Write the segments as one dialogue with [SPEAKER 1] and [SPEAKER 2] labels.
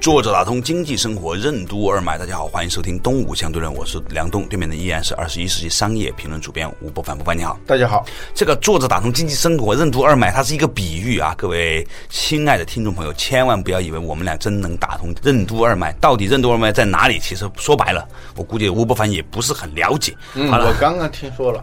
[SPEAKER 1] 坐着打通经济生活任督二脉，大家好，欢迎收听《东吴相对论》，我是梁东，对面的依然是二十一世纪商业评论主编吴伯凡，伯凡你好。
[SPEAKER 2] 大家好，
[SPEAKER 1] 这个坐着打通经济生活任督二脉，它是一个比喻啊，各位亲爱的听众朋友，千万不要以为我们俩真能打通任督二脉，到底任督二脉在哪里？其实说白了，我估计吴伯凡也不是很了解。
[SPEAKER 2] 嗯，
[SPEAKER 1] 好
[SPEAKER 2] 我
[SPEAKER 1] 了，
[SPEAKER 2] 刚刚听说了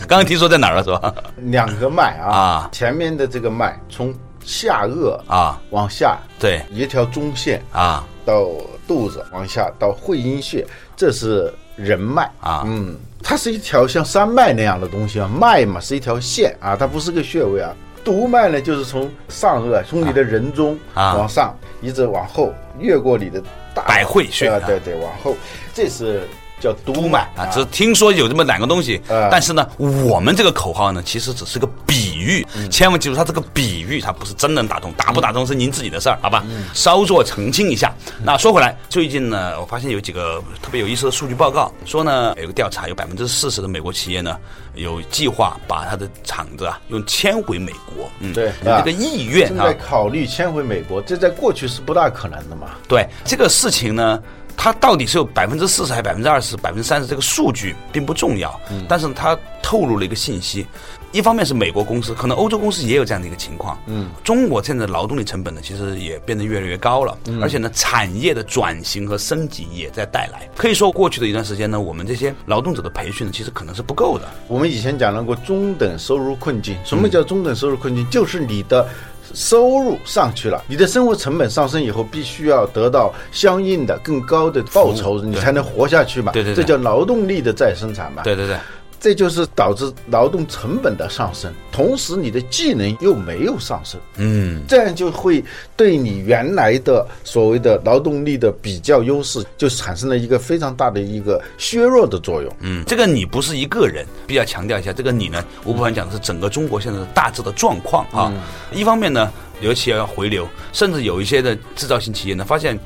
[SPEAKER 1] 刚刚听说在哪儿了是吧？
[SPEAKER 2] 两个脉啊，
[SPEAKER 1] 啊
[SPEAKER 2] 前面的这个脉从下颚
[SPEAKER 1] 啊
[SPEAKER 2] 往下，
[SPEAKER 1] 对
[SPEAKER 2] 一条中线
[SPEAKER 1] 啊
[SPEAKER 2] 到肚子往下到会阴穴，这是人脉
[SPEAKER 1] 啊
[SPEAKER 2] 嗯，它是一条像山脉那样的东西啊，脉嘛是一条线啊，它不是个穴位啊。督脉呢，就是从上颚，从你的人中
[SPEAKER 1] 啊
[SPEAKER 2] 往上，一直往后，越过你的大
[SPEAKER 1] 百会穴
[SPEAKER 2] 啊，对对，往后，这是叫督脉
[SPEAKER 1] 啊，只听说有这么两个东西，
[SPEAKER 2] 呃
[SPEAKER 1] 但是呢，我们这个口号呢，其实只是个比喻，
[SPEAKER 2] 嗯
[SPEAKER 1] 千万记住，它这个比喻它不是真能打通，打不打通是您自己的事儿，好吧？
[SPEAKER 2] 嗯
[SPEAKER 1] 稍作澄清一下。那说回来，最近呢，我发现有几个特别有意思的数据报告，说呢，有个调查，有百分之四十的美国企业呢，有计划把它的厂子啊，用迁回美国，嗯，
[SPEAKER 2] 对
[SPEAKER 1] 有
[SPEAKER 2] 啊
[SPEAKER 1] 这个意愿
[SPEAKER 2] 正
[SPEAKER 1] 啊
[SPEAKER 2] 在，考虑迁回美国，这在过去是不大可能的嘛。
[SPEAKER 1] 对这个事情呢，它到底是有百分之四十还是百分之二十、百分之三十，这个数据并不重要。但是它透露了一个信息，一方面是美国公司，可能欧洲公司也有这样的一个情况。嗯，中国现在的劳动力成本呢，其实也变得越来越高了，而且呢，产业的转型和升级也在带来。可以说，过去的一段时间呢，我们这些劳动者的培训呢，其实可能是不够的。
[SPEAKER 2] 我们以前讲到过中等收入困
[SPEAKER 1] 嗯
[SPEAKER 2] 境，什么叫中等收入困境？就是你的收入上去了，你的生活成本上升以后，必须要得到相应的更高的报酬，你才能活下去嘛。
[SPEAKER 1] 嗯对对
[SPEAKER 2] 这
[SPEAKER 1] 对
[SPEAKER 2] 叫劳动力的再生产嘛。
[SPEAKER 1] 对对对。
[SPEAKER 2] 这就是导致劳动成本的上升，同时你的技能又没有上升，嗯，这样就会对你原来的所谓的劳动力的比较优势，就产生了一个非常大的一个削弱的作用。
[SPEAKER 1] 嗯，这个你不是一个人，必须要强调一下，这个你呢，我不凡讲的是整个中国现在的大致的状况啊。一方面呢，有企业要回流，甚至有一些的制造型企业呢，发现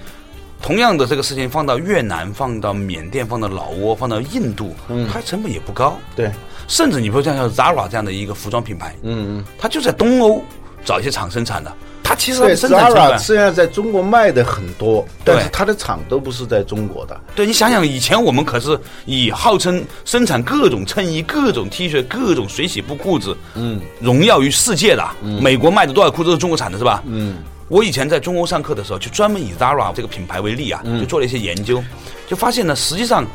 [SPEAKER 1] 同样的这个事情放到越南、放到缅甸、放到老挝、放到印度，它成本也不高。
[SPEAKER 2] 对，
[SPEAKER 1] 甚至你比如像像 Zara 这样的一个服装品牌，嗯嗯，它就在东欧找一些厂生产的，它其实它
[SPEAKER 2] 对
[SPEAKER 1] 的生产成
[SPEAKER 2] ，Zara
[SPEAKER 1] 本。
[SPEAKER 2] 虽然在中国卖的很多，
[SPEAKER 1] 对
[SPEAKER 2] 但是它的厂都不是在中国的。
[SPEAKER 1] 对你想想，以前我们可是以号称生产各种衬衣、各种 T 恤、各种水洗布裤子，嗯，荣耀于世界的。美国卖的多少裤子都是中国产的，是吧？嗯。我以前在中欧上课的时候，就专门以 Zara 这个品牌为例啊，就做了一些研究，就发现呢，实际上，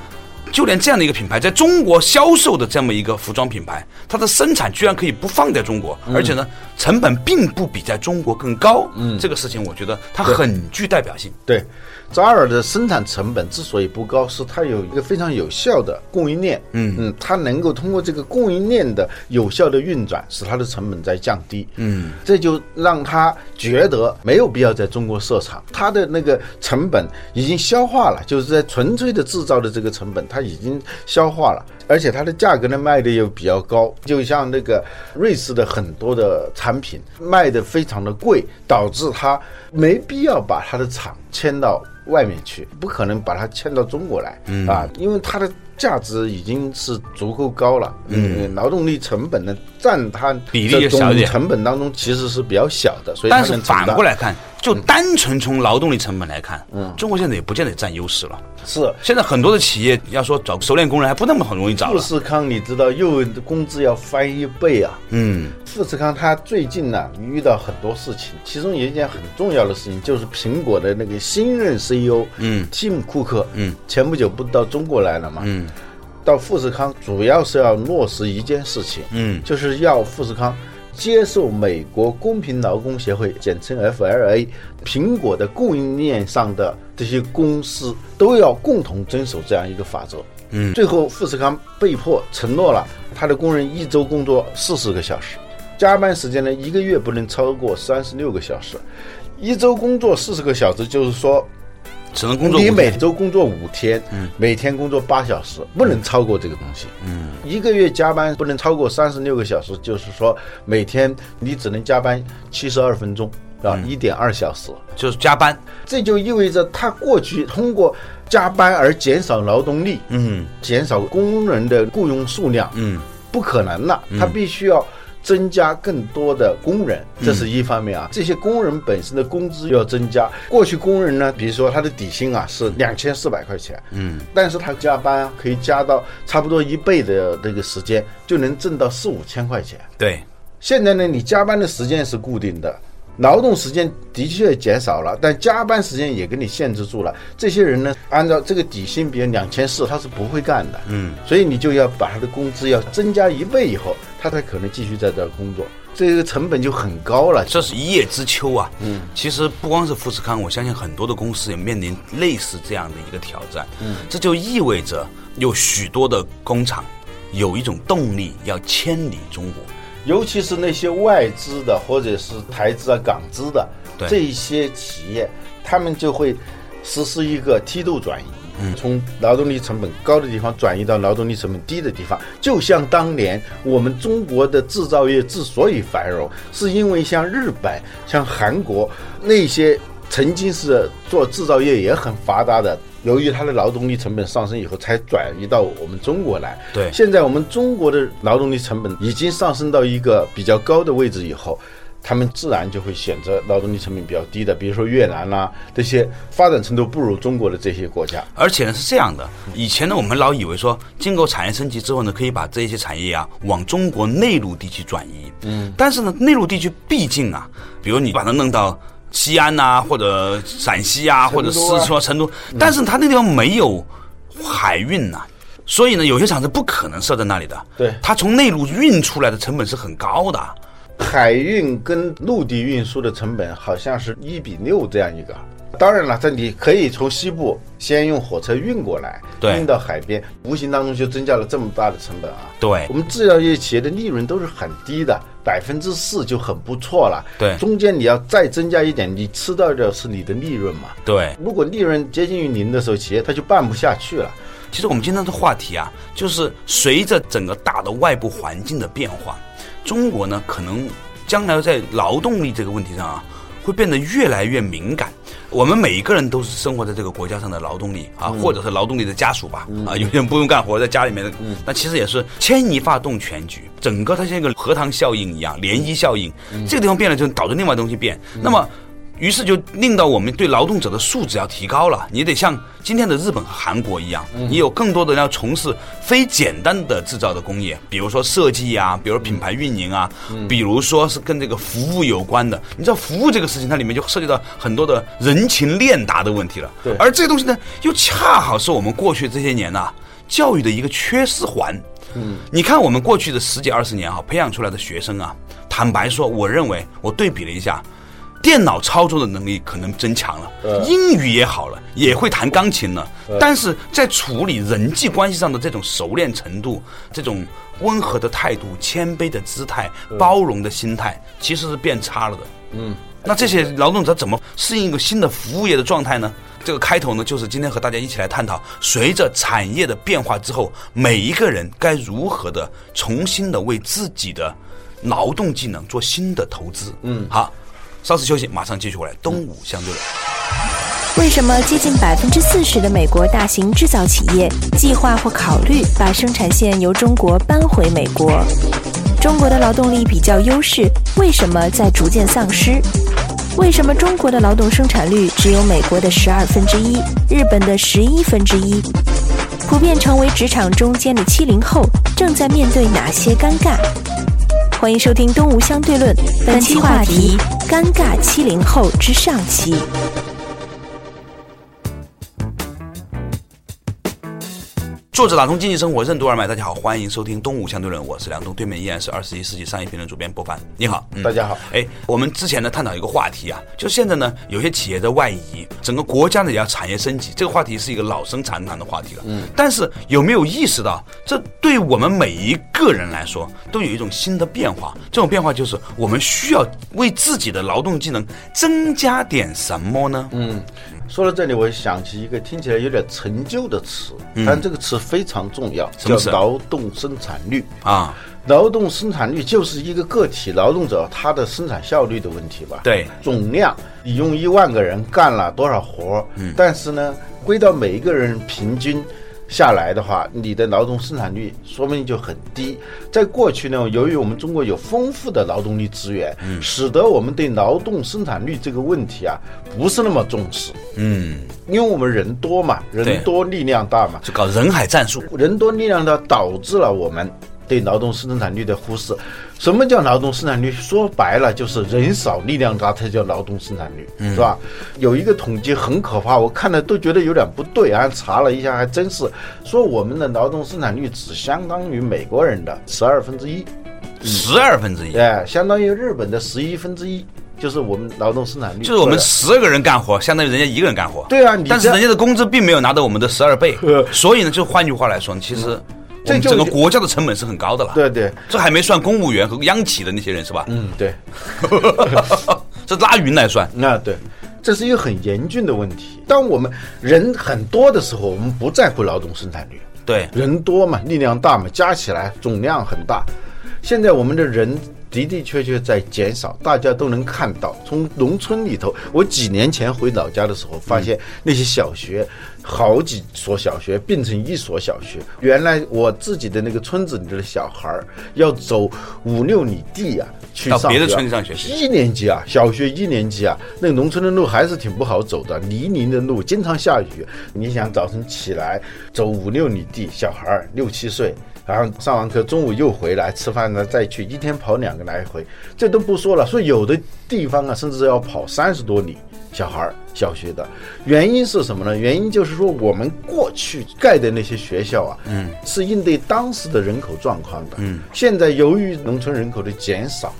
[SPEAKER 1] 就连这样的一个品牌，在中国销售的这么一个服装品牌，它的生产居然可以不放在中国，而且呢，成本并不比在中国更高。嗯，这个事情我觉得它很具代表性。
[SPEAKER 2] 对，Zara 的生产成本之所以不高，是它有一个非常有效的供应链。嗯嗯，它能够通过这个供应链的有效的运转，使它的成本在降低。嗯，这就让它觉得没有必要在中国设厂，它的那个成本已经消化了，就是在纯粹的制造的这个成本，它已经消化了。而且它的价格呢卖的又比较高，就像那个瑞士的很多的产品卖的非常的贵，导致它没必要把它的厂迁到外面去，不可能把它迁到中国来、
[SPEAKER 1] 嗯
[SPEAKER 2] 啊，因为它的价值已经是足够高了，嗯，劳动力成本呢占它
[SPEAKER 1] 比例
[SPEAKER 2] 这
[SPEAKER 1] 也
[SPEAKER 2] 种
[SPEAKER 1] 小一点
[SPEAKER 2] 成本当中其实是比较小的，所以它
[SPEAKER 1] 但是
[SPEAKER 2] 能嗯承
[SPEAKER 1] 反
[SPEAKER 2] 担
[SPEAKER 1] 过来看，就单纯从劳动力成本来看，
[SPEAKER 2] 嗯
[SPEAKER 1] 中国现在也不见得占优势了。
[SPEAKER 2] 是。
[SPEAKER 1] 现在很多的企业要说找熟练工人还不那么很容易找
[SPEAKER 2] 富
[SPEAKER 1] 了。
[SPEAKER 2] 士康，你知道又工资要翻一倍啊！
[SPEAKER 1] 嗯，
[SPEAKER 2] 富士康它最近呢、遇到很多事情，其中有一件很重要的事情就是苹果的那个新任 CEO，嗯，Tim 库克，嗯，前不久不到中国来了嘛，嗯，到富士康主要是要落实一件事情，
[SPEAKER 1] 嗯
[SPEAKER 2] 就是要富士康接受美国公平劳工协会（简称 FLA） 苹果的供应链上的这些公司都要共同遵守这样一个法则。嗯，最后富士康被迫承诺了，他的工人一周工作四十个小时，加班时间呢一个月不能超过三十六个小时。一周工作四十个小时，就是说
[SPEAKER 1] 只能工作
[SPEAKER 2] 你
[SPEAKER 1] 五
[SPEAKER 2] 每
[SPEAKER 1] 天。嗯
[SPEAKER 2] 周工作五天，每天工作八小时，不能超过这个东西。嗯，一个月加班不能超过三十六个小时，就是说每天你只能加班七十二分钟啊，
[SPEAKER 1] 嗯
[SPEAKER 2] 一点二小时。
[SPEAKER 1] 就是加班，
[SPEAKER 2] 这就意味着他过去通过加班而减少劳动力，嗯，减少工人的雇佣数量，嗯，不可能了，他必须要。增加更多的工人，这是一方面啊。这些工人本身的工资要增加。过去工人呢，比如说他的底薪啊是两千四百块钱，嗯，但是他加班啊可以加到差不多一倍的这个时间，就能挣到四五千块钱。
[SPEAKER 1] 对，
[SPEAKER 2] 现在呢，你加班的时间是固定的，劳动时间的确减少了，但加班时间也给你限制住了。这些人呢，按照这个底薪，比如两千四，他是不会干的，嗯，所以你就要把他的工资要增加一倍以后，他才可能继续在这儿工作，这个成本就很高了。
[SPEAKER 1] 这是一叶知秋啊。嗯，其实不光是富士康，我相信很多的公司也面临类似这样的一个挑战。嗯，这就意味着有许多的工厂有一种动力要迁离中国。
[SPEAKER 2] 尤其是那些外资的或者是台资啊、港资的
[SPEAKER 1] 对
[SPEAKER 2] 这一些企业，他们就会实施一个梯度转移。从劳动力成本高的地方转移到劳动力成本低的地方，就像当年我们中国的制造业之所以繁荣，是因为像日本、像韩国那些曾经是做制造业也很发达的，由于它的劳动力成本上升以后，才转移到我们中国来。
[SPEAKER 1] 对
[SPEAKER 2] 现在我们中国的劳动力成本已经上升到一个比较高的位置以后，他们自然就会选择劳动力成本比较低的，比如说越南啦、这些发展程度不如中国的这些国家。
[SPEAKER 1] 而且呢是这样的，以前呢我们老以为说经过产业升级之后呢，可以把这些产业啊往中国内陆地区转移。嗯，但是呢内陆地区毕竟啊，比如你把它弄到西安呐、啊或者陕西啊，嗯或者四川、成都，但是它那地方没有海运呐、所以呢有些厂是不可能设在那里的。
[SPEAKER 2] 对
[SPEAKER 1] 它从内陆运出来的成本是很高的。
[SPEAKER 2] 海运跟陆地运输的成本好像是一比六这样一个。当然了，这你可以从西部先用火车运过来，
[SPEAKER 1] 对
[SPEAKER 2] 运到海边，无形当中就增加了这么大的成本啊。
[SPEAKER 1] 对
[SPEAKER 2] 我们制造业企业的利润都是很低的，百分之四就很不错了。
[SPEAKER 1] 对
[SPEAKER 2] 中间你要再增加一点，你吃到的是你的利润嘛。
[SPEAKER 1] 对，
[SPEAKER 2] 如果利润接近于零的时候，企业它就办不下去了。
[SPEAKER 1] 其实我们今天的话题啊，就是随着整个大的外部环境的变化，中国呢可能将来在劳动力这个问题上啊，会变得越来越敏感。我们每一个人都是生活在这个国家上的劳动力啊，或者是劳动力的家属吧。啊，有些人不用干活，在家里面的，那其实也是牵一发动全局，整个它像一个荷塘效应一样，涟漪效应。这个地方变了，就导致另外东西变。那么。于是就令到我们对劳动者的素质要提高了。你得像今天的日本、韩国一样，你有更多的人要从事非简单的制造的工业，比如说设计啊，比如品牌运营啊，比如说是跟这个服务有关的。你知道服务这个事情，它里面就涉及到很多的人情练达的问题了。
[SPEAKER 2] 对
[SPEAKER 1] 而这个东西呢，又恰好是我们过去这些年呐、啊教育的一个缺失环。嗯，你看我们过去的十几二十年哈、啊培养出来的学生啊，坦白说，我认为我对比了一下，电脑操作的能力可能增强了，英语也好了，也会弹钢琴了，但是在处理人际关系上的这种熟练程度，这种温和的态度、谦卑的姿态、包容的心态，其实是变差了的。嗯，那这些劳动者怎么适应一个新的服务业的状态呢？这个开头呢，就是今天和大家一起来探讨，随着产业的变化之后，每一个人该如何的重新的为自己的劳动技能做新的投资。嗯，好，稍事休息，马上继续回来。东吴相对论。
[SPEAKER 3] 为什么接近百分之四十的美国大型制造企业计划或考虑把生产线由中国搬回美国？中国的劳动力比较优势为什么在逐渐丧失？为什么中国的劳动生产率只有美国的十二分之一，日本的十一分之一？普遍成为职场中间的七零后正在面对哪些尴尬？欢迎收听《东吴相对论》，本期话题：尴尬七零后之上期。
[SPEAKER 1] 作者打通经济生活任督二脉，大家好，欢迎收听《东吴相对论》，我是梁东，对面依然是二十一世纪商业评论主编博凡，你好，嗯
[SPEAKER 2] 大家好。
[SPEAKER 1] 哎，我们之前呢探讨一个话题啊，就是现在呢有些企业在外移，整个国家呢也要产业升级，这个话题是一个老生常谈的话题了。嗯，但是有没有意识到，这对我们每一个人来说都有一种新的变化？这种变化就是我们需要为自己的劳动技能增加点什么呢？嗯，
[SPEAKER 2] 说到这里，我想起一个听起来有点陈旧的词，但这个词非常重要，
[SPEAKER 1] 嗯什么词
[SPEAKER 2] 叫劳动生产率。
[SPEAKER 1] 啊，
[SPEAKER 2] 劳动生产率就是一个个体劳动者他的生产效率的问题吧？
[SPEAKER 1] 对
[SPEAKER 2] 总量，你用一万个人干了多少活儿？嗯，但是呢，归到每一个人平均。下来的话，你的劳动生产率说不定就很低。在过去呢，由于我们中国有丰富的劳动力资源，嗯、使得我们对劳动生产率这个问题啊不是那么重视。
[SPEAKER 1] 嗯，
[SPEAKER 2] 因为我们人多嘛，
[SPEAKER 1] 对
[SPEAKER 2] 人多力量大嘛，
[SPEAKER 1] 就搞人海战术。
[SPEAKER 2] 人多力量大导致了我们对劳动生产率的忽视。什么叫劳动生产率？说白了就是人少力量大才叫劳动生产率，
[SPEAKER 1] 嗯
[SPEAKER 2] 是吧？有一个统计很可怕，我看了都觉得有点不对啊，查了一下还真是说我们的劳动生产率只相当于美国人的十二分之一，
[SPEAKER 1] 十二分之一，
[SPEAKER 2] 哎，相当于日本的十一分之一，就是我们劳动生产率，
[SPEAKER 1] 就是我们十个人干活，相当于人家一个人干活。
[SPEAKER 2] 对啊你
[SPEAKER 1] 但是
[SPEAKER 2] 这
[SPEAKER 1] 人家的工资并没有拿到我们的十二倍
[SPEAKER 2] 呃，
[SPEAKER 1] 所以呢，就换句话来说呢，其实我
[SPEAKER 2] 嗯这
[SPEAKER 1] 们
[SPEAKER 2] 就
[SPEAKER 1] 整个国家的成本是很高的了。
[SPEAKER 2] 对对，
[SPEAKER 1] 这还没算公务员和央企的那些人是吧？
[SPEAKER 2] 嗯，对。嗯
[SPEAKER 1] 这拉匀来算，
[SPEAKER 2] 那对，这是一个很严峻的问题。当我们人很多的时候，我们不在乎劳动生产率，
[SPEAKER 1] 对，
[SPEAKER 2] 人多嘛，力量大嘛，加起来总量很大。现在我们的人的的确确在减少，大家都能看到。从农村里头，我几年前回老家的时候，发现那些小学，好几所小学变成一所小学。原来我自己的那个村子里头的小孩儿要走五六里地啊，去
[SPEAKER 1] 到
[SPEAKER 2] 上
[SPEAKER 1] 别的
[SPEAKER 2] 学
[SPEAKER 1] 村子上学去
[SPEAKER 2] 一年级啊，小学一年级啊，那个农村的路还是挺不好走的，泥泞的路，经常下雨。你想早晨起来走五六里地，小孩儿六七岁，然后上完课中午又回来吃饭呢，再去一天跑两个来回，这都不说了。说有的地方啊，甚至要跑三十多里。小孩儿小学的原因是什么呢？原因就是说我们过去盖的那些学校啊，嗯，是应对当时的人口状况的，嗯。现在由于农村人口的减少，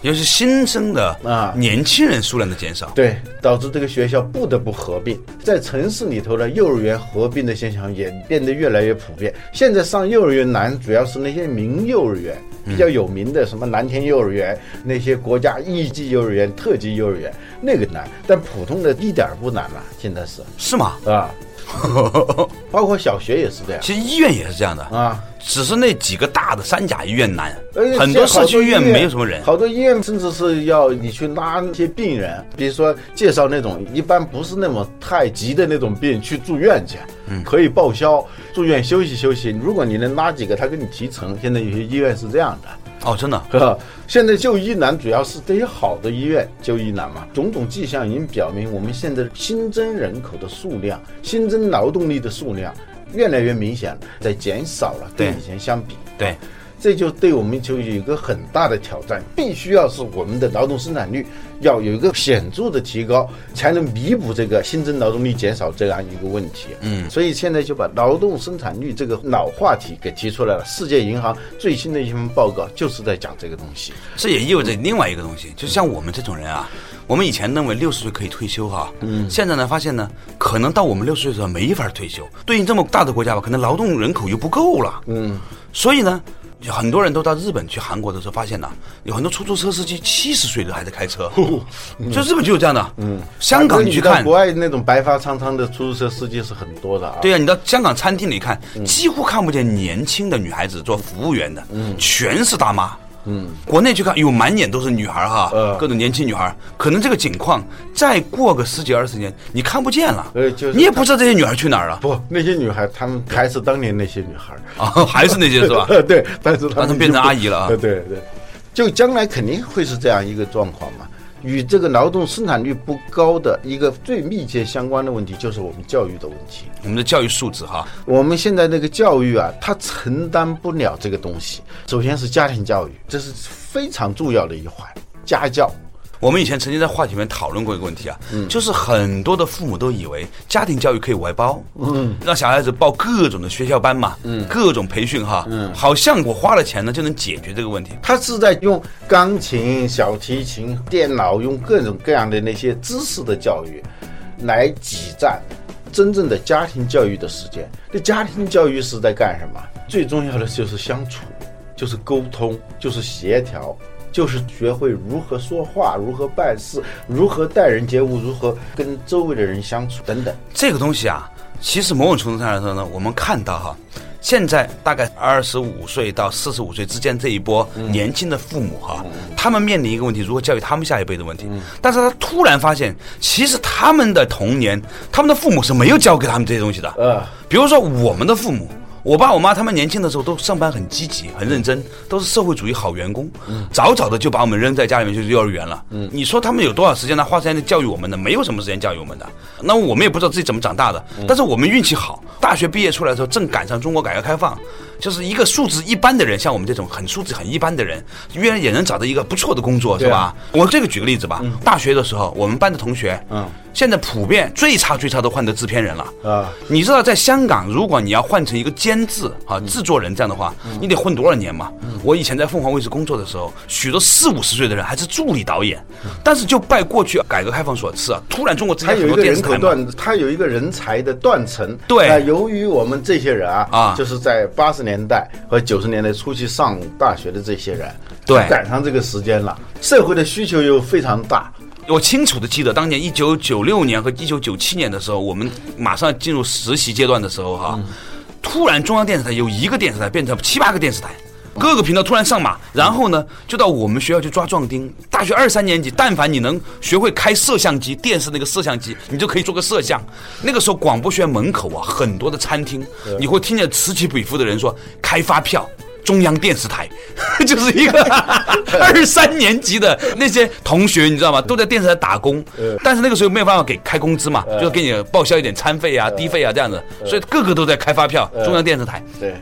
[SPEAKER 1] 尤其是新生的
[SPEAKER 2] 啊
[SPEAKER 1] 年轻人数量的减少，
[SPEAKER 2] 对，导致这个学校不得不合并。在城市里头呢，幼儿园合并的现象也变得越来越普遍。现在上幼儿园难，主要是那些名幼儿园，比较有名的什么蓝天幼儿园，那些国家一级幼儿园、特级幼儿园那个难，但普通的一点儿不难了，现在是
[SPEAKER 1] 是吗？
[SPEAKER 2] 啊，包括小学也是这样
[SPEAKER 1] 其实医院也是这样的，
[SPEAKER 2] 啊。
[SPEAKER 1] 只是那几个大的三甲医院难
[SPEAKER 2] 而且，
[SPEAKER 1] 很
[SPEAKER 2] 现在
[SPEAKER 1] 多社区医院
[SPEAKER 2] 好多
[SPEAKER 1] 没有什么人。
[SPEAKER 2] 好多医院甚至是要你去拉那些病人，比如说介绍那种一般不是那么太急的那种病去住院去，
[SPEAKER 1] 嗯
[SPEAKER 2] 可以报销，住院休息休息。如果你能拉几个，他给你提成。现在有些医院是这样的。
[SPEAKER 1] 哦，真的，
[SPEAKER 2] 呵呵，现在就医难主要是这些好的医院就医难嘛。种种迹象已经表明，我们现在新增人口的数量、新增劳动力的数量越来越明显了，在减少了，跟
[SPEAKER 1] 对
[SPEAKER 2] 以前相比。
[SPEAKER 1] 对，
[SPEAKER 2] 这就对我们就有一个很大的挑战，必须要是我们的劳动生产率要有一个显著的提高，才能弥补这个新增劳动力减少这样一个问题。嗯，所以现在就把劳动生产率这个老话题给提出来了。世界银行最新的一份报告就是在讲这个东西。
[SPEAKER 1] 这也意味着另外一个东西，就像我们这种人啊，我们以前认为六十岁可以退休哈，嗯，现在呢发现呢，可能到我们六十岁的时候没法退休。对应这么大的国家吧，可能劳动人口又不够了，嗯，所以呢。有很多人都到日本去韩国的时候，发现呢，有很多出租车司机七十岁都还在开车，就日本就有这样的。嗯，香港你去
[SPEAKER 2] 反正
[SPEAKER 1] 看
[SPEAKER 2] 到，国外那种白发苍苍的出租车司机是很多的啊。
[SPEAKER 1] 对呀、你到香港餐厅里看，几乎看不见年轻的女孩子做服务员的，全是大妈。嗯，国内去看，有满眼都是女孩儿哈，
[SPEAKER 2] 呃
[SPEAKER 1] 各种年轻女孩儿，可能这个景况再过个十几二十年，你看不见了，
[SPEAKER 2] 呃就是
[SPEAKER 1] 你也不知道这些女孩儿去哪儿了
[SPEAKER 2] 不，那些女孩，她们还是当年那些女孩。
[SPEAKER 1] 啊， 还是那些是吧？
[SPEAKER 2] 对，但是
[SPEAKER 1] 让
[SPEAKER 2] 他
[SPEAKER 1] 他们
[SPEAKER 2] 们
[SPEAKER 1] 变成
[SPEAKER 2] 就不
[SPEAKER 1] 阿姨了啊
[SPEAKER 2] 对对对，就将来肯定会是这样一个状况嘛。与这个劳动生产率不高的一个最密切相关的问题，就是我们教育的问题。
[SPEAKER 1] 我们的教育素质哈，
[SPEAKER 2] 我们现在那个教育啊，它承担不了这个东西。首先是家庭教育，这是非常重要的一环，家教。
[SPEAKER 1] 我们以前曾经在话题里面讨论过一个问题啊，就是很多的父母都以为家庭教育可以外包，嗯，让小孩子报各种的学校班嘛，嗯，各种培训哈，嗯，好像我花了钱呢就能解决这个问题。
[SPEAKER 2] 他是在用钢琴、小提琴、电脑，用各种各样的那些知识的教育，来挤占真正的家庭教育的时间。那家庭教育是在干什么？最重要的就是相处，就是沟通，就是协调。就是学会如何说话，如何办事，如何待人接物，如何跟周围的人相处等等。
[SPEAKER 1] 这个东西啊，其实某种程度上来说呢，我们看到哈，现在大概二十五岁到四十五岁之间这一波年轻的父母哈，他们面临一个问题，如何教育他们下一辈的问题。但是他突然发现，其实他们的童年，他们的父母是没有教给他们这些东西的。
[SPEAKER 2] 呃
[SPEAKER 1] 比如说我们的父母。我爸我妈他们年轻的时候都上班很积极很认真，都是社会主义好员工，早早的就把我们扔在家里面去幼儿园了。你说他们有多少时间呢？花时间教育我们的？没有什么时间教育我们的。那我们也不知道自己怎么长大的，但是我们运气好，大学毕业出来的时候正赶上中国改革开放，就是一个素质一般的人，像我们这种很素质很一般的人，居然也能找到一个不错的工作，是吧？我这个举个例子吧，大学的时候我们班的同学，嗯，现在普遍最差最差都换得制片人了。
[SPEAKER 2] 啊，
[SPEAKER 1] 你知道，在香港，如果你要换成一个监制啊、
[SPEAKER 2] 嗯
[SPEAKER 1] 制作人这样的话，你得混多少年嘛？我以前在凤凰卫视工作的时候，许多四五十岁的人还是助理导演，但是就拜过去改革开放所赐啊，突然中国之
[SPEAKER 2] 它
[SPEAKER 1] 间
[SPEAKER 2] 嗯有
[SPEAKER 1] 很
[SPEAKER 2] 一个人
[SPEAKER 1] 多电视
[SPEAKER 2] 口
[SPEAKER 1] 台嘛，
[SPEAKER 2] 断，它有一个人才的断层。
[SPEAKER 1] 对
[SPEAKER 2] 呃由于我们这些人啊，
[SPEAKER 1] 啊
[SPEAKER 2] 就是在八十年代和九十年代初期上大学的这些人，
[SPEAKER 1] 对
[SPEAKER 2] 就赶上这个时间了，社会的需求又非常大，
[SPEAKER 1] 我清楚的记得，当年一九九六年和一九九七年的时候，我们马上进入实习阶段的时候哈、突然中央电视台由一个电视台变成七八个电视台。各个频道突然上马，然后呢，就到我们学校去抓壮丁。大学二三年级，但凡你能学会开摄像机，电视那个摄像机，你就可以做个摄像。那个时候广播学院门口啊，很多的餐厅，你会听见此起彼伏的人说开发票。中央电视台， 就是一个二三年级的那些同学，你知道吗？都在电视台打工，但是那个时候没有办法给开工资嘛，就给你报销一点餐费啊、低费啊这样子，所以个个都在开发票。中央电视台，
[SPEAKER 2] 对。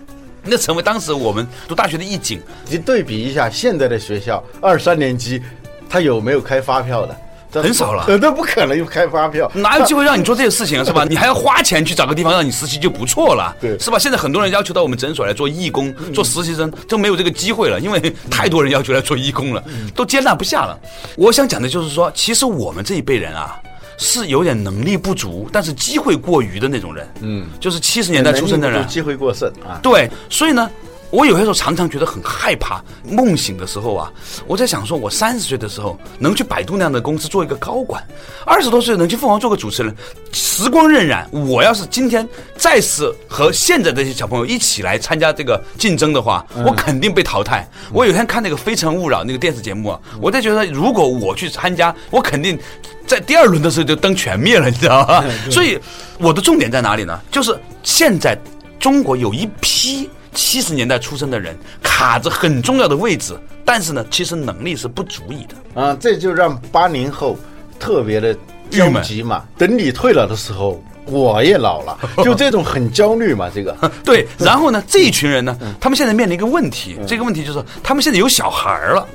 [SPEAKER 1] 那成为当时我们读大学的一景。
[SPEAKER 2] 你对比一下现在的学校，二三年级，他有没有开发票的？这
[SPEAKER 1] 很少了
[SPEAKER 2] 呃，那不可能有开发票。
[SPEAKER 1] 哪有机会让你做这些事情啊，是吧？你还要花钱去找个地方让你实习就不错了，
[SPEAKER 2] 对嗯
[SPEAKER 1] 是吧？现在很多人要求到我们诊所来做义工、做实习生，都没有这个机会了，因为太多人要求来做义工了，
[SPEAKER 2] 嗯
[SPEAKER 1] 都接纳不下了。我想讲的就是说，其实我们这一辈人啊。是有点能力不足，但是机会过于的那种人，嗯，就是七十年代出生的人
[SPEAKER 2] 能力不足，机会过剩啊。
[SPEAKER 1] 对，所以呢，我有些时候常常觉得很害怕。梦醒的时候啊，我在想说，我三十岁的时候能去百度那样的公司做一个高管，二十多岁能去凤凰做个主持人。时光荏苒，我要是今天再次和现在这些小朋友一起来参加这个竞争的话，我肯定被淘汰。我有一天看那个《非诚勿扰》那个电视节目啊，我在觉得如果我去参加，我肯定。在第二轮的时候就灯全灭了，你知道吧？所以我的重点在哪里呢？就是现在中国有一批七十年代出生的人卡着很重要的位置，但是呢，其实能力是不足以的。
[SPEAKER 2] 啊，这就让八零后特别的焦急嘛。等你退了的时候，我也老 了，就这种很焦虑嘛。这个
[SPEAKER 1] 对，然后呢，这一群人呢，他们现在面临一个问题，这个问题就是他们现在有小孩儿了，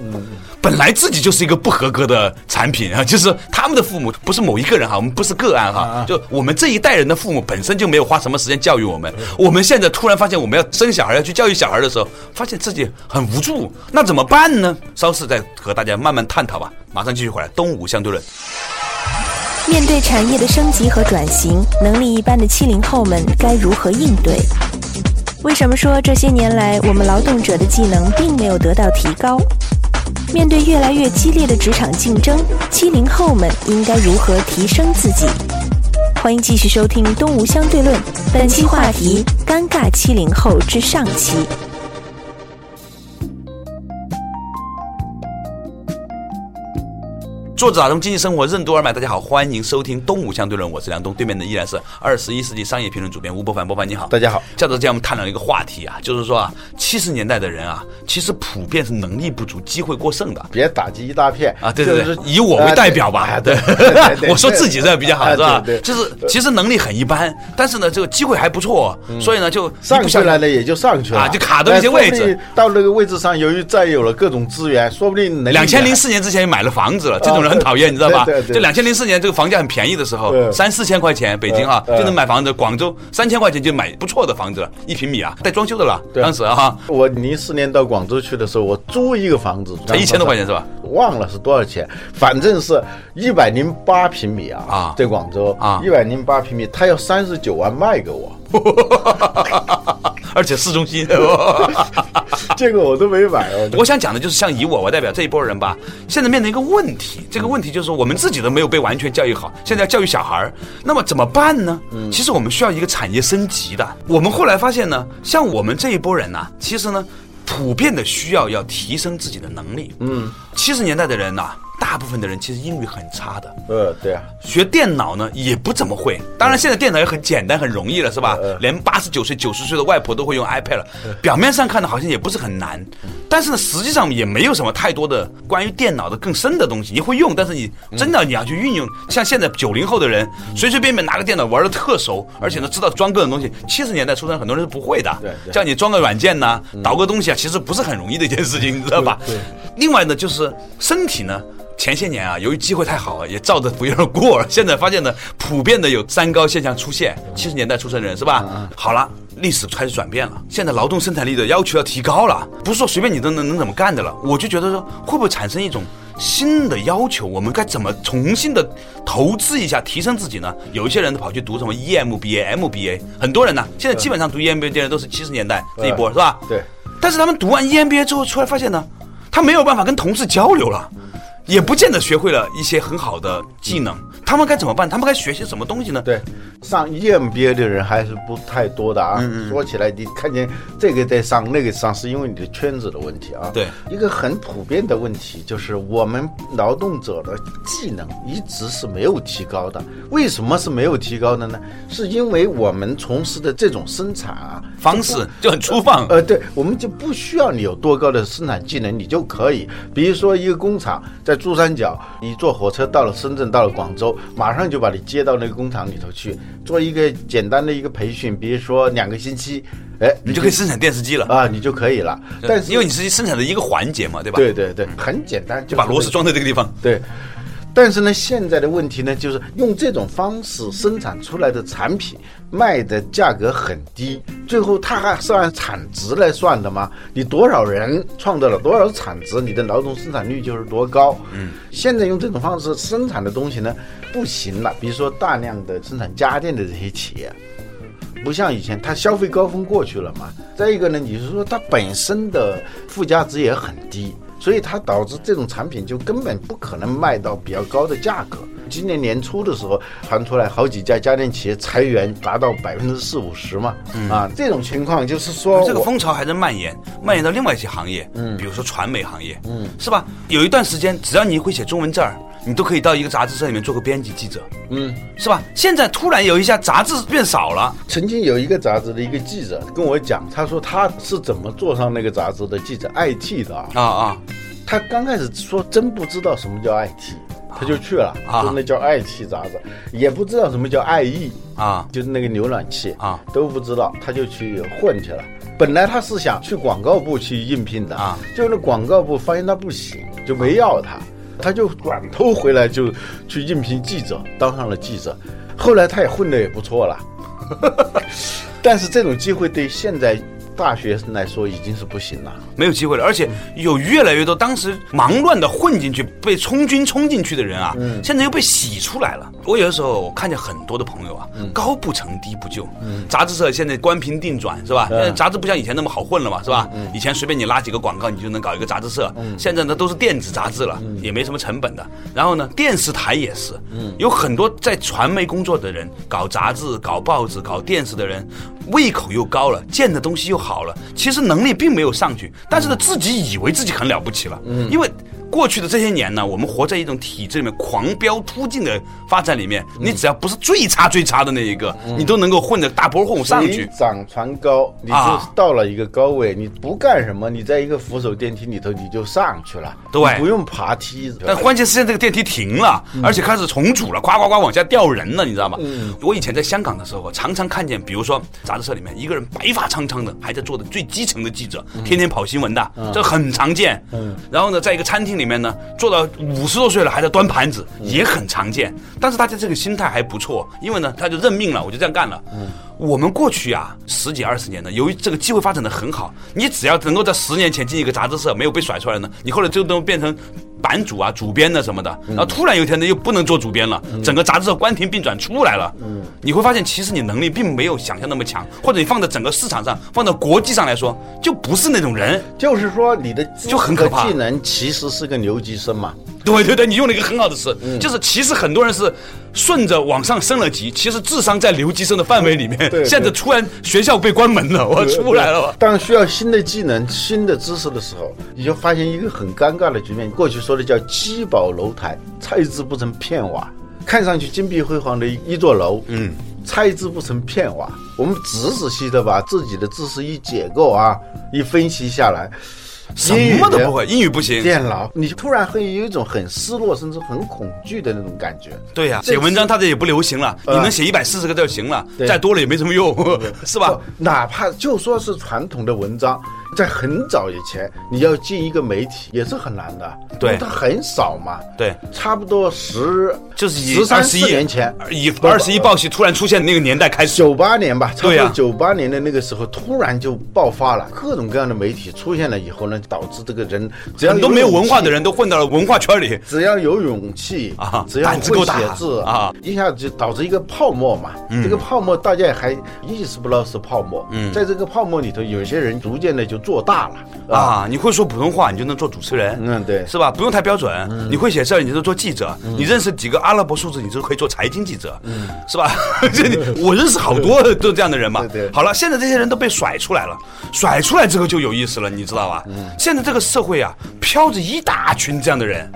[SPEAKER 1] 本来自己就是一个不合格的产品啊，就是他们的父母不是某一个人哈，我们不是个案哈，就我们这一代人的父母本身就没有花什么时间教育我们，我们现在突然发现我们要生小孩要去教育小孩的时候，发现自己很无助，那怎么办呢？稍事再和大家慢慢探讨吧，马上继续回来，东吴相对论。
[SPEAKER 3] 面对产业的升级和转型，能力一般的七零后们该如何应对？为什么说这些年来我们劳动者的技能并没有得到提高？面对越来越激烈的职场竞争，七零后们应该如何提升自己？欢迎继续收听《东吴相对论》，本期话题：尴尬七零后之上期。
[SPEAKER 1] 作者打通经济生活任督二脉，大家好，欢迎收听《东吴相对论》，我是梁东，对面的依然是二十一世纪商业评论主编吴伯凡，伯凡你好，
[SPEAKER 2] 大家好。
[SPEAKER 1] 下周今天我们探讨一个话题啊，就是说啊，七十年代的人啊，其实普遍是能力不足、机会过剩的。
[SPEAKER 2] 别打击一大片
[SPEAKER 1] 啊，对对
[SPEAKER 2] 就
[SPEAKER 1] 对
[SPEAKER 2] 是，
[SPEAKER 1] 以我为代表吧
[SPEAKER 2] 啊，对对对 对对
[SPEAKER 1] 我说自己这样比较好，
[SPEAKER 2] 啊
[SPEAKER 1] 是吧
[SPEAKER 2] 对？对
[SPEAKER 1] 就是其实能力很一般，但是呢，这个机会还不错，所以呢，就一
[SPEAKER 2] 嗯上
[SPEAKER 1] 不
[SPEAKER 2] 去
[SPEAKER 1] 小
[SPEAKER 2] 了呢，也就上去了
[SPEAKER 1] 啊就卡到一些位置。
[SPEAKER 2] 哎说不定到那个位置上，由于占有了各种资源，说不定能力
[SPEAKER 1] 两千零四年之前买了房子了，这种人很讨厌，你知道吧
[SPEAKER 2] 哎对对？对
[SPEAKER 1] 就两千零四年这个房价很便宜的时候，
[SPEAKER 2] 对
[SPEAKER 1] 三四千块钱北京哈啊
[SPEAKER 2] 嗯嗯
[SPEAKER 1] 就能买房子，广州三千块钱就买不错的房子了，一平米啊，带装修的了，
[SPEAKER 2] 对
[SPEAKER 1] 当时啊哈
[SPEAKER 2] 我零四年到广州去的时候，我租一个房子，
[SPEAKER 1] 才一千多块钱是吧？
[SPEAKER 2] 忘了是多少钱，反正是一百零八平米啊
[SPEAKER 1] 啊
[SPEAKER 2] 在广州
[SPEAKER 1] 啊
[SPEAKER 2] 一百零八平米，他要三十九万卖给 我，
[SPEAKER 1] 而且市中心。
[SPEAKER 2] 结果我都没买哦。
[SPEAKER 1] 我想讲的就是像以我为代表这一波人吧，现在面临一个问题，这个问题就是我们自己都没有被完全教育好，现在要教育小孩儿，那么怎么办呢？其实我们需要一个产业升级的。我们后来发现呢，像我们这一波人呐、其实呢，普遍的需要要提升自己的能力。嗯，七十年代的人呐、大部分的人其实英语很差的，
[SPEAKER 2] 呃，对啊，
[SPEAKER 1] 学电脑呢也不怎么会。当然，现在电脑也很简单、很容易了，是
[SPEAKER 2] 嗯
[SPEAKER 1] 吧？连八十九岁、九十岁的外婆都会用 iPad 了。表面上看呢，好像也不是很难，但是呢，实际上也没有什么太多的关于电脑的更深的东西。你会用，但是你真的你要去运用，像现在九零后的人，
[SPEAKER 2] 嗯
[SPEAKER 1] 随随便便拿个电脑玩的特熟，而且呢知道装各种东西。七十年代出生很多人是不会的
[SPEAKER 2] 对，对
[SPEAKER 1] 叫你装个软件呐、导个东西啊，其实不是很容易的一件事情，你知道吧？另外呢，就是身体呢。前些年啊，由于机会太好，也照着不有点过了。现在发现呢，普遍的有三高现象出现。七十年代出生的人是吧？好了，历史开始转变了，现在劳动生产力的要求要提高了，不是说随便你都能能怎么干的了。我就觉得说，会不会产生一种新的要求？我们该怎么重新的投资一下，提升自己呢？有一些人跑去读什么 E EMBA、MBA，很多人呢、现在基本上读 E EMBA 的人都是七十年代这一波，
[SPEAKER 2] 嗯
[SPEAKER 1] 是吧？
[SPEAKER 2] 对。
[SPEAKER 1] 但是他们读完 E EMBA 之后出来，发现呢，他没有办法跟同事交流了，也不见得学会了一些很好的技能。他们该怎么办？他们该学些什么东西呢？
[SPEAKER 2] 对，上 EMBA 的人还是不太多的啊。
[SPEAKER 1] 嗯
[SPEAKER 2] 说起来，你看见这个在上，那个上，是因为你的圈子的问题啊。
[SPEAKER 1] 对，
[SPEAKER 2] 一个很普遍的问题就是我们劳动者的技能一直是没有提高的。为什么是没有提高的呢？是因为我们从事的这种生产啊，
[SPEAKER 1] 方式就很粗放。
[SPEAKER 2] 呃，对，我们就不需要你有多高的生产技能，你就可以。比如说一个工厂在珠三角，你坐火车到了深圳，到了广州，马上就把你接到那个工厂里头去，做一个简单的一个培训，比如说两个星期，哎，
[SPEAKER 1] 你就可以生产电视机了，
[SPEAKER 2] 啊，你就可以了。但是
[SPEAKER 1] 因为你是生产的一个环节嘛，对吧？
[SPEAKER 2] 对，对对，很简单，就
[SPEAKER 1] 就把
[SPEAKER 2] 是
[SPEAKER 1] 螺
[SPEAKER 2] 那
[SPEAKER 1] 丝装在这个地方。
[SPEAKER 2] 对。但是呢，现在的问题呢，就是用这种方式生产出来的产品卖的价格很低，最后它还是按产值来算的嘛？你多少人创造了多少产值，你的劳动生产率就是多高。嗯，现在用这种方式生产的东西呢，不行了。比如说大量的生产家电的这些企业，啊不像以前，它消费高峰过去了嘛。再一个呢，你是说它本身的附加值也很低，所以它导致这种产品就根本不可能卖到比较高的价格。今年年初的时候，传出来好几家家电企业裁员达到百分之四五十嘛，啊，这种情况就是说
[SPEAKER 1] 嗯这个
[SPEAKER 2] 我
[SPEAKER 1] 风潮还在蔓延，蔓延到另外一些行业，哦嗯，比如说传媒行业，嗯，是吧？有一段时间，只要你会写中文字儿，你都可以到一个杂志社里面做个编辑记者，嗯，是吧？现在突然有一下杂志变少了，
[SPEAKER 2] 曾经有一个杂志的一个记者跟我讲，他说他是怎么做上那个杂志的记者 IT 的啊，
[SPEAKER 1] 啊啊，
[SPEAKER 2] 他刚开始说真不知道什么叫 IT，他就去了，
[SPEAKER 1] 啊
[SPEAKER 2] 就那叫 IT 杂志，也不知道什么叫 IE
[SPEAKER 1] 啊
[SPEAKER 2] 就是那个浏览器
[SPEAKER 1] 啊，
[SPEAKER 2] 都不知道，他就去混去了。本来他是想去广告部去应聘的
[SPEAKER 1] 啊，
[SPEAKER 2] 就是广告部发现他不行，就没要他，他就转头回来就去应聘记者，当上了记者。后来他也混得也不错 了，但是这种机会对现在大学生来说已经是不行了。
[SPEAKER 1] 没有机会了，而且有越来越多当时忙乱的混进去、被冲军冲进去的人啊，现在又被洗出来了。我有的时候我看见很多的朋友啊，高不成低不就。杂志社现在关平定转是吧？现在杂志不像以前那么好混了嘛，是吧？以前随便你拉几个广告，你就能搞一个杂志社。现在呢都是电子杂志了，也没什么成本的。然后呢，电视台也是，有很多在传媒工作的人，搞杂志、搞报纸、搞电视的人，胃口又高了，见的东西又好了，其实能力并没有上去，但是呢，自己以为自己很了不起了，嗯，因为。过去的这些年呢，我们活在一种体制里面狂飙突进的发展里面，你只要不是最差最差的那一个，你都能够混着大波混上去
[SPEAKER 2] 水。涨船高，你就
[SPEAKER 1] 啊
[SPEAKER 2] 到了一个高位，你不干什么，你在一个扶手电梯里头你就上去了，
[SPEAKER 1] 对
[SPEAKER 2] 你不用爬梯子。
[SPEAKER 1] 但关键是现在这个电梯停了，而且开始重组了，呱呱呱往下掉人了，你知道吗？我以前在香港的时候，常常看见，比如说杂志社里面一个人白发苍苍的，还在做的最基层的记者，天天跑新闻的，这很常见。然后呢，在一个餐厅境里面呢，做到五十多岁了还在端盘子，也很常见。但是大家这个心态还不错，因为呢，他就认命了，我就这样干了。我们过去啊，十几二十年呢，由于这个机会发展的很好，你只要能够在十年前进一个杂志社，没有被甩出来呢，你后来就能变成版主啊、主编的什么的，然后突然有一天呢，又不能做主编了，
[SPEAKER 2] 嗯
[SPEAKER 1] 整个杂志社关停并转出来了，你会发现其实你能力并没有想象那么强，或者你放在整个市场上，放到国际上来说，就不是那种人。
[SPEAKER 2] 就是说你的知识
[SPEAKER 1] 就很可怕
[SPEAKER 2] 和技能其实是个留级生嘛。
[SPEAKER 1] 对对对，你用了一个很好的词，
[SPEAKER 2] 嗯
[SPEAKER 1] 就是其实很多人是顺着往上升了级，其实智商在留级生的范围里面。
[SPEAKER 2] 对
[SPEAKER 1] 现在突然学校被关门了，我 出不来了吧？
[SPEAKER 2] 当需要新的技能、新的知识的时候，你就发现一个很尴尬的局面。过去说的叫“鸡饱楼台，菜之不成片瓦”，看上去金碧辉煌的一座楼，嗯，菜之不成片瓦。我们仔仔细细的把自己的知识一解构啊，一分析下来，
[SPEAKER 1] 什么都不会，英语不行。
[SPEAKER 2] 电脑，你突然会有一种很失落，甚至很恐惧的那种感觉。
[SPEAKER 1] 对呀、
[SPEAKER 2] 这呃
[SPEAKER 1] 写文章它这也不流行了，你能写一百四十个字就行了，
[SPEAKER 2] 对
[SPEAKER 1] 再多了也没什么用， 是吧
[SPEAKER 2] 哦？哪怕就说是传统的文章，在很早以前，你要进一个媒体也是很难的，因
[SPEAKER 1] 对
[SPEAKER 2] 为它很少嘛，
[SPEAKER 1] 对，
[SPEAKER 2] 差不多十
[SPEAKER 1] 就是以
[SPEAKER 2] 十三
[SPEAKER 1] 21
[SPEAKER 2] 四年前，
[SPEAKER 1] 以二十一报喜突然出现那个年代开始，
[SPEAKER 2] 九八年吧，差不
[SPEAKER 1] 对呀
[SPEAKER 2] 多九八年的那个时候，突然就爆发了，各种各样的媒体出现了以后呢，导致这个人只要
[SPEAKER 1] 很多没有
[SPEAKER 2] 勇
[SPEAKER 1] 文
[SPEAKER 2] 气
[SPEAKER 1] 化的人都混到了文化圈里。
[SPEAKER 2] 只要有勇气
[SPEAKER 1] 啊
[SPEAKER 2] 只要
[SPEAKER 1] 胆子够
[SPEAKER 2] 会
[SPEAKER 1] 大
[SPEAKER 2] 写字
[SPEAKER 1] 啊，嗯
[SPEAKER 2] 一下子就导致一个泡沫嘛。这个泡沫大家还意识不到是泡沫，在这个泡沫里头，有些人逐渐的就做大了啊。
[SPEAKER 1] 啊，你会说普通话，你就能做主持人，
[SPEAKER 2] 嗯对嗯
[SPEAKER 1] 是吧？不用太标准，你会写字儿，你就做记者，你认识几个阿拉伯数字，你就可以做财经记者，
[SPEAKER 2] 嗯
[SPEAKER 1] 是吧？ 这你我认识好多都这样的人嘛。
[SPEAKER 2] 对对
[SPEAKER 1] 好了，现在这些人都被甩出来了，甩出来之后就有意思了，你知道吧？
[SPEAKER 2] 嗯
[SPEAKER 1] 现在这个社会啊，飘着一大群这样的人，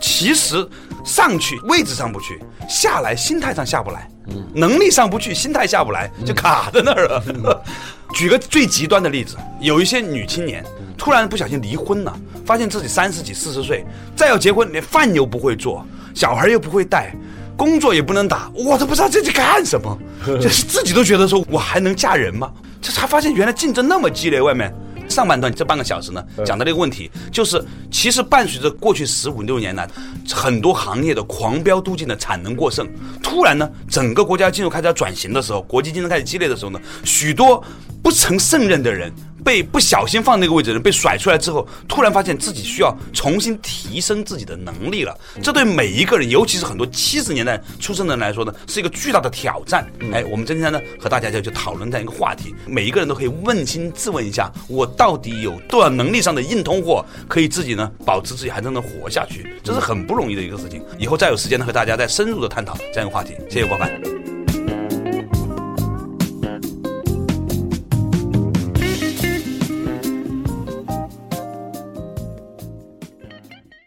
[SPEAKER 1] 其实上去位置上不去，下来心态上下不来，能力上不去，心态下不来，就卡在那儿了。 举个最极端的例子，有一些女青年突然不小心离婚了，发现自己三十几、四十岁，再要结婚，连饭又不会做，小孩又不会带。工作也不能打，我都不知道这是干什么，就是自己都觉得说我还能嫁人吗？这才发现原来竞争那么激烈，外面上半段这半个小时呢，讲到这个问题，就是其实伴随着过去十五六年呢，很多行业的狂飙突进的产能过剩，突然呢，整个国家进入开始要转型的时候，国际竞争开始激烈的时候呢，许多不曾胜任的人。被不小心放那个位置的人被甩出来之后，突然发现自己需要重新提升自己的能力了。这对每一个人，尤其是很多七十年代出生的人来说呢，是一个巨大的挑战。哎，我们今天呢和大家就就讨论这样一个话题，每一个人都可以问心自问一下，我到底有多少能力上的硬通货，可以自己呢保持自己还能能活下去，这是很不容易的一个事情。以后再有时间呢和大家再深入的探讨这样一个话题。谢谢伙伴。